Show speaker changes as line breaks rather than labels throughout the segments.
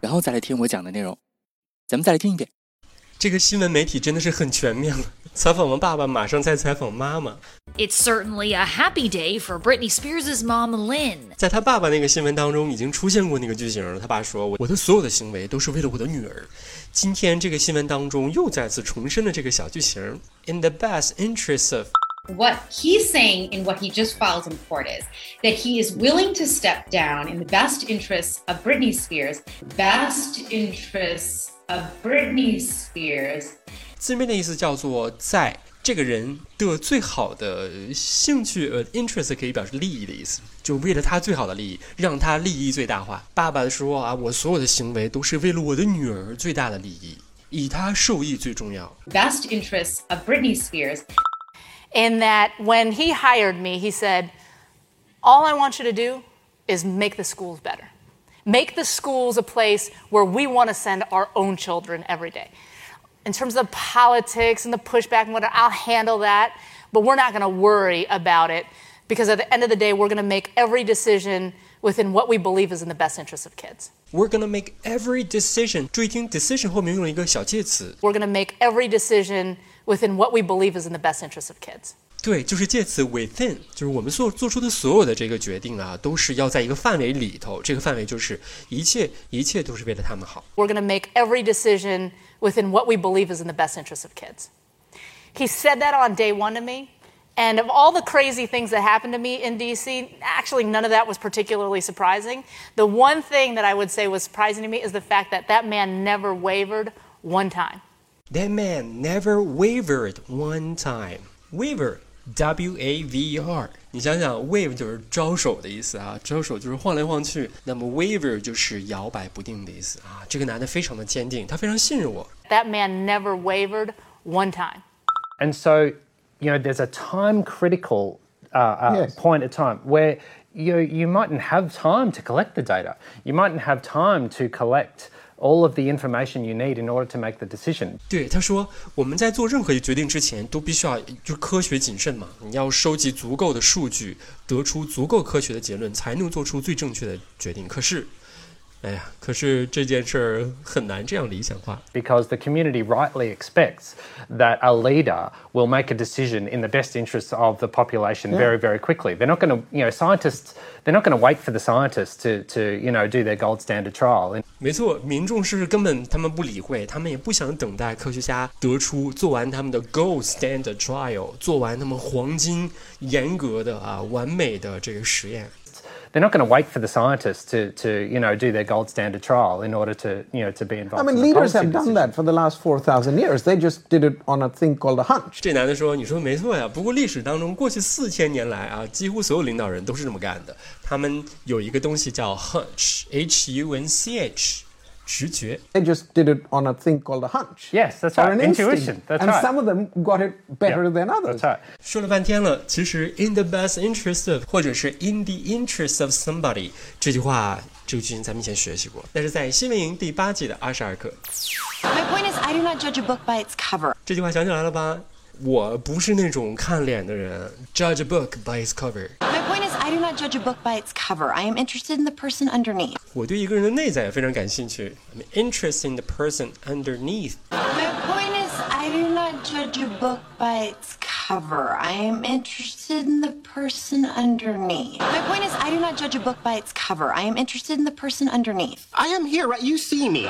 然后再来听我讲的内容。咱们再来听一遍。
这个新闻媒体真的是很全面了， 采访完爸爸，马上再采访妈妈。
It's certainly a happy day for Britney Spears' mom, Lynn.
在他爸爸那个新闻当中已经出现过那个剧情了。他爸说：“我我的所有的行为都是为了我的女儿。”今天这个新闻当中又再次重申了这个小剧情：“In the best interest of”。
What he's saying in what he just filed in court is that he is willing to step down in the best interests of Britney Spears, best interests of Britney Spears.
字面的意思叫做在这个人的最好的兴趣呃 interest 可以表示利益的意思，就为了他最好的利益，让他利益最大化。爸爸说啊，我所有的行为都是为了我的女儿最大的利益，以她受益最重要。
Best interests of Britney Spears.
in that when he hired me, he said, All I want you to do is make the schools better. Make the schools a place where we want to send our own children every day. In terms of politics and the pushback and whatever, I'll handle that, but we're not going to worry about it because at the end of the day, we're going to make every decision within what we believe is in the best interest of kids.
We're gonna make every decision。注意听，decision 后面用了一个小介词，
We're going to make every decision within what we believe is in the best interest of kids.
对，就是介词 within，就是我们做做出的所有的这个决定啊，都是要在一个范围里头。这个范围就是一切，一切都是为了他们好。
We're going to make every decision within what we believe is in the best interest of kids. He said that on day one to me. And of all the crazy things that happened to me in DC, actually, none of that was particularly surprising. The one thing that I would say was surprising to me is the fact that that man never wavered one time.
That man never wavered one time. Waver, W A V E R。你想想，wave 就是招手的意思啊，招手就是晃来晃去。那么 waver 就是摇摆不定的意思啊。这个男的非常的坚定，他非常信任我。
That man never wavered one time.
And so, you know, there's a time critical uh, uh, point of time where you you mightn't have time to collect the data. You mightn't have time to collect all of the information you need in order to make the decision.
对，他说我们在做任何决定之前，都必须要就科学谨慎嘛，你要收集足够的数据，得出足够科学的结论，才能做出最正确的决定。可是，哎呀，可是这件事儿很难这样理想化。
Because the community rightly expects that a leader will make a decision in the best interests of the population very, very quickly. They're not going to, you know, scientists. They're not going to wait for the scientists to, to, you know, do their gold standard trial.
没错，民众是根本他们不理会，他们也不想等待科学家得出做完他们的 gold standard trial，做完他们黄金严格的啊完美的这个实验。
they're not going to wait for the scientists to, to you know do their gold standard trial in order to you know to be
I
involved.
mean,
in the
leaders
policy
have done
decision.
that for the last 4,000 years. They just did it on a thing called a hunch.
这男的说：“你说没错呀，不过历史当中过去四千年来啊，几乎所有领导人都是这么干的。他们有一个东西叫 hunch，h u n c h，直觉。
They just did it on a thing called a hunch.
Yes, that's
Or
right.
an instinct.
Intuition. That's
and
right.
some of them got it better
Yeah.
than others.
That's right.
说了半天了，其实 in the best interest of，或者是 in the interest of somebody 这句话，这个句型咱们以前学习过，但是在新闻营第八季的二十二课，
My point is, I do not judge a book by its cover.
这句话想起来了吧？我不是那种看脸的人，judge a book by its cover。
My point is, I do not judge a book by its cover. I am interested in the person underneath.
我对一个人的内在也非常感兴趣，I'm interested in the person underneath。
My point is, I do not judge a book by its cover. I am interested in the person underneath. My point is, I do not judge a book by its cover. I am interested in the person underneath.
I am here, right? You see me.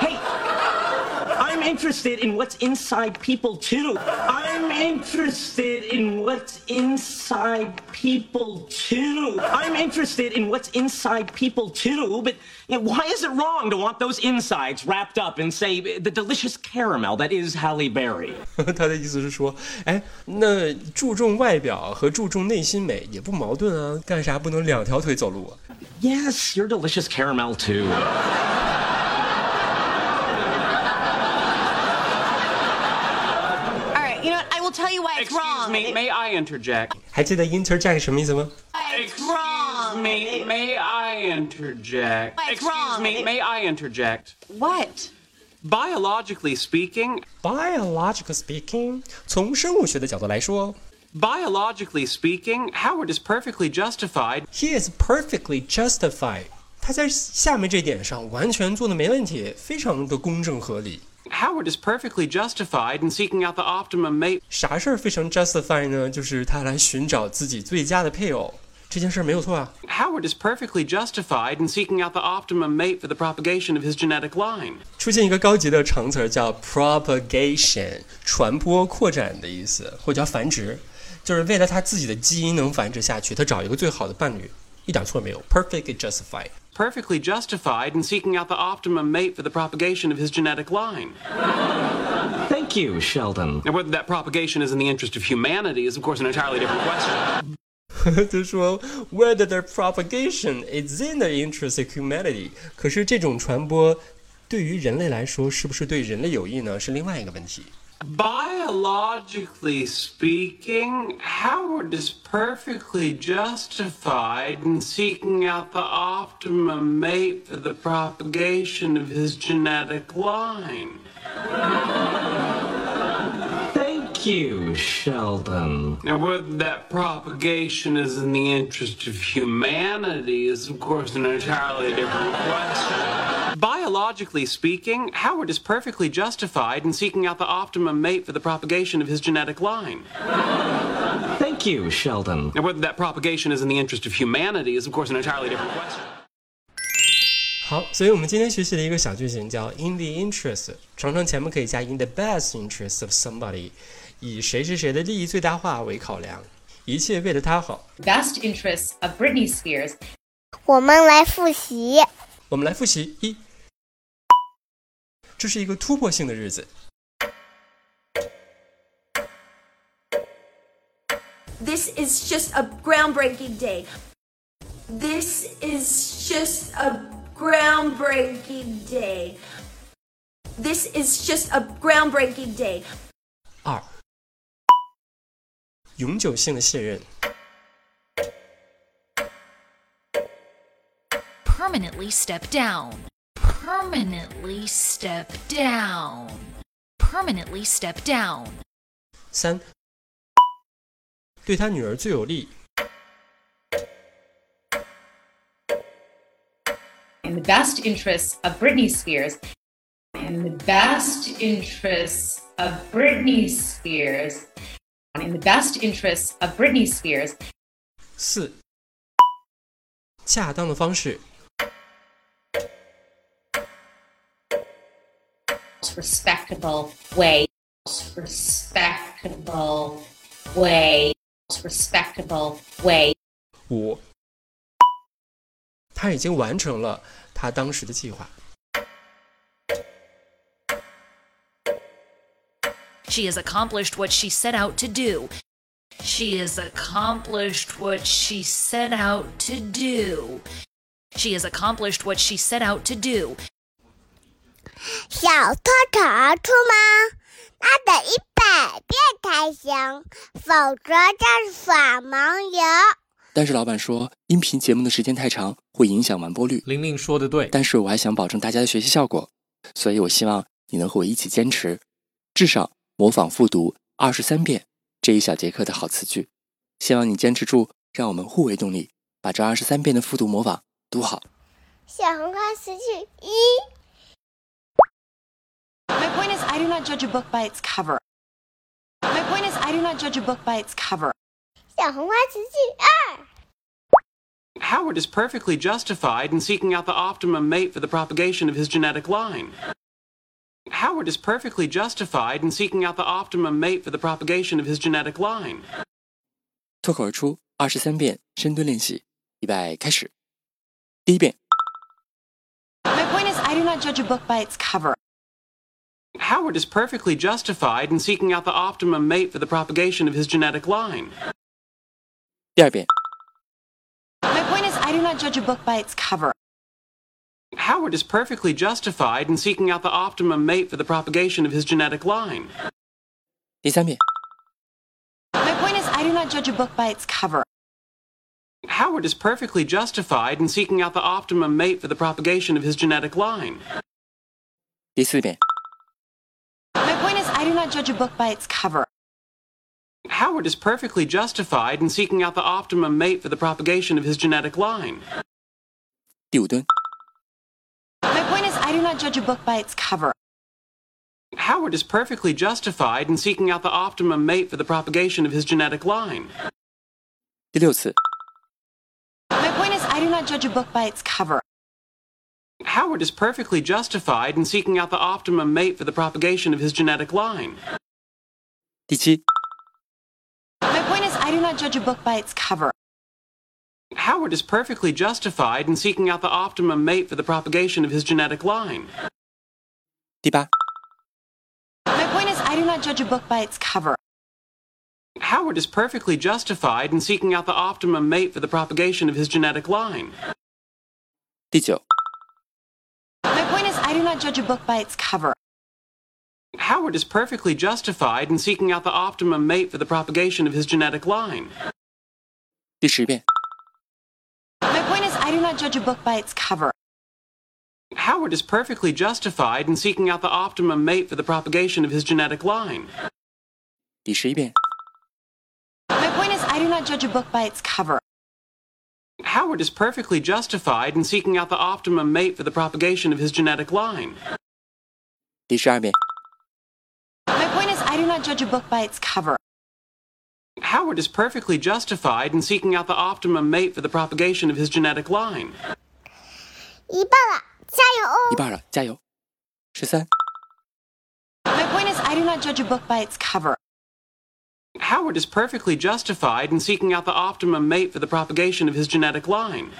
嘿，
I'm interested in what's inside people too. I'm interested in what's inside people too. I'm interested in what's inside people too, but you know, why is it wrong to want those insides wrapped up in, say, the delicious caramel that is Halle Berry?
他的意思是说，哎，那注重外表和注重内心美也不矛盾啊，干啥不能两条腿走路啊？
Yes, you're delicious caramel too.
All right, you know what? I will tell you why it's wrong.
me, may I interject?
还记得 interject 什么意思吗？
Excuse me, may I interject?
Why, it's
Excuse
wrong.
me,
It-
may I interject?
What?
Biologically speaking,
biological speaking，从生物学的角度来说
，biologically speaking, Howard is perfectly justified.
He is perfectly justified. 他在下面这点上完全做的没问题，非常的公正合理。
Howard is perfectly justified in seeking out the optimum mate.
啥事儿非常 justify 呢？就是他来寻找自己最佳的配偶，这件事儿没有错啊。
Howard is perfectly justified in seeking out the optimum mate for the propagation of his genetic line.
出现一个高级的长词儿叫 propagation，传播、扩展的意思，或者叫繁殖，就是为了他自己的基因能繁殖下去，他找一个最好的伴侣，一点错没有，perfectly justified。
Perfectly justified in seeking out the optimum mate for the propagation of his genetic line.
Thank you, Sheldon.
Now, whether that propagation is in the interest of humanity is, of course, an entirely different question.
就说 whether the propagation is in the interest of humanity，可是这种传播对于人类来说是不是对人类有益呢？是另外一个问题。
Biologically speaking, Howard is perfectly justified in seeking out the optimum mate for the propagation of his genetic line.
Thank you, Sheldon.
Now, whether that propagation is in the interest of humanity is, of course, an entirely different question. Biologically speaking, Howard is perfectly justified in seeking out the optimum mate for the propagation of his genetic line.
Thank you, Sheldon.
Now, whether that propagation is in the interest of humanity is, of course, an entirely different question.
好，所以我们今天学习了一个小句型，叫 in the interest，常常前面可以加 in the best interest of somebody，以谁谁谁的利益最大化为考量，一切为了他好。
Best interests of Britney Spears
我们来复习。
我们来复习一，这是一个突破性的日子，
This is just a groundbreaking day. This is just a groundbreaking day. This is just a groundbreaking day.
二，永久性的信任，
Permanently step down. Permanently step down. Permanently step down.
三，对他女儿最有利，
in the best interests of Britney Spears in the best interests of Britney Spears in the best interests of Britney Spears
四，恰当的方式，
respectable way respectable way respectable way
五，他已经完成了他当时的计划。
She has accomplished what she set out to do. She has accomplished what she set out to do. She has accomplished what she set out to do.
小兔虫出吗？那得一百遍才行，否则就是耍盲游。
但是老板说，音频节目的时间太长，会影响完播率。
玲玲说的对，
但是我还想保证大家的学习效果，所以我希望你能和我一起坚持，至少模仿复读二十三遍这一小节课的好词句。希望你坚持住，让我们互为动力，把这二十三遍的复读模仿读好。
小红花词句一，
My point is, I do not judge a book by its cover. My point is, I do not judge a book by its cover.
小红花词句二，
Howard is perfectly justified in seeking out the optimum mate for the propagation of his genetic line. Howard is perfectly justified in seeking out the optimum mate for the propagation of his genetic line.
脱口而出二十三遍深蹲练习，预备开始。第一遍，
My point is, I do not judge a book by its cover.
Howard is perfectly justified in seeking out the optimum mate for the propagation of his genetic line.
第二遍，
My point is, I do not judge a book by its cover.
Howard is perfectly justified in seeking out the optimum mate for the propagation of his genetic line.
第三遍，
My point is, I do not judge a book by its cover.
Howard is perfectly justified in seeking out the optimum mate for the propagation of his genetic line.
第四遍，
My point is, I do not judge a book by its cover.
Howard is perfectly justified in seeking out the optimum mate for the propagation of his genetic line.
第五蹲，
My point is, I do not judge a book by its cover.
Howard is perfectly justified in seeking out the optimum mate for the propagation of his genetic line.
第六次，
My point is, I do not judge a book by its cover.
Howard is perfectly justified in seeking out the optimum mate for the propagation of his genetic line.
第七，
My point is, I do not judge a book by its cover.
Howard is perfectly justified in seeking out the optimum mate for the propagation of his genetic line.
第八，
My point is, I do not judge a book by its cover.
Howard is perfectly justified in seeking out the optimum mate for the propagation of his genetic line.
第九，
My point is, I do not judge a book by its cover.
Howard is perfectly justified in seeking out the optimum mate for the propagation of his genetic line.
第十遍，
My point is, I do not judge a book by its cover.
Howard is perfectly justified in seeking out the optimum mate for the propagation of his genetic line.
第十一遍，
My point is, I do not judge a book by its cover.
Howard is perfectly justified in seeking out the optimum mate for the propagation of his genetic line.
第十二遍，
My point is, I do not judge a book by its cover.
Howard is perfectly justified in seeking out the optimum mate for the propagation of his genetic line.
一半了，加油哦！
一半了，加油！十三、
My point is, I do not judge a book by its cover.
Howard is perfectly justified in seeking out the optimum mate for the propagation of his genetic line.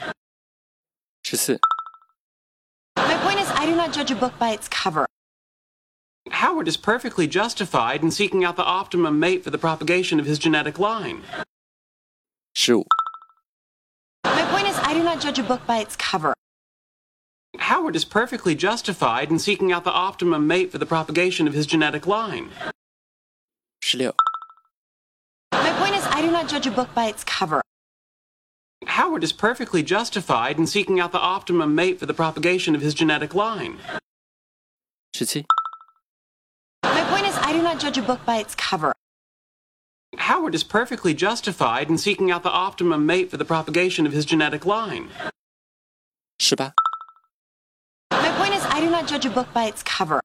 十四、
My point is, I do not judge a book by its cover.
Howard is perfectly justified in seeking out the optimum mate for the propagation of his genetic line.
十五、
My point is, I do not judge a book by its cover.
Howard is perfectly justified in seeking out the optimum mate for the propagation of his genetic line.
十六、
My point is, I do not judge a book by its cover.
Howard is perfectly justified in seeking out the optimum mate for the propagation of his genetic line.
十七、
My point is, I do not judge a book by its cover.
Howard is perfectly justified in seeking out the optimum mate for the propagation of his genetic line.
十八、
My point is, I do not judge a book by its cover.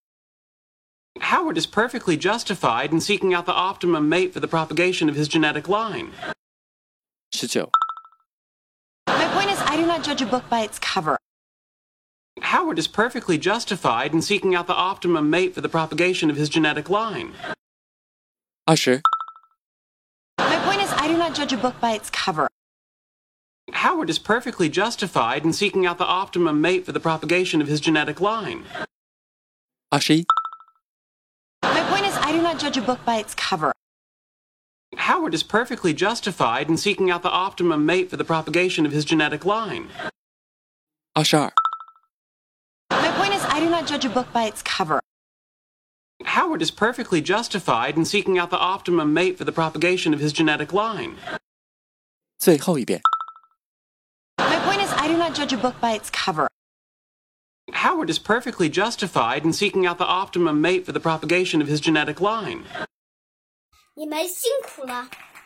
Howard is perfectly justified in seeking out the optimum mate for the propagation of his genetic line.
十九、
My point is, I do not judge a book by its cover.
Howard is perfectly justified in seeking out the optimum mate for the propagation of his genetic line.
二十、
My point is, I do not judge a book by its cover.
Howard is perfectly justified in seeking out the optimum mate for the propagation of his genetic line.
二十一、
My point is, I do not judge a book by its cover.
Howard is perfectly justified in seeking out the optimum mate for the propagation of his genetic line.
二十二、
My point is, I do not judge a book by its cover.
Howard is perfectly justified in seeking out the optimum mate for the propagation of his genetic line.
最后一遍。
My point is, I do not judge a book by its cover.
Howard is perfectly justified in seeking out the optimum mate for the propagation of his genetic line.
你们辛苦了。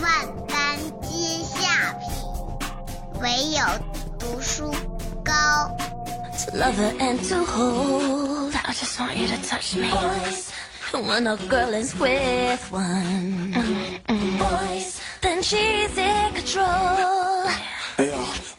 万般皆下品，唯有读书高。
To love her and to hold, I just want you to touch me. Boys. When a girl is with one, boys, then she's in control.
哎呀，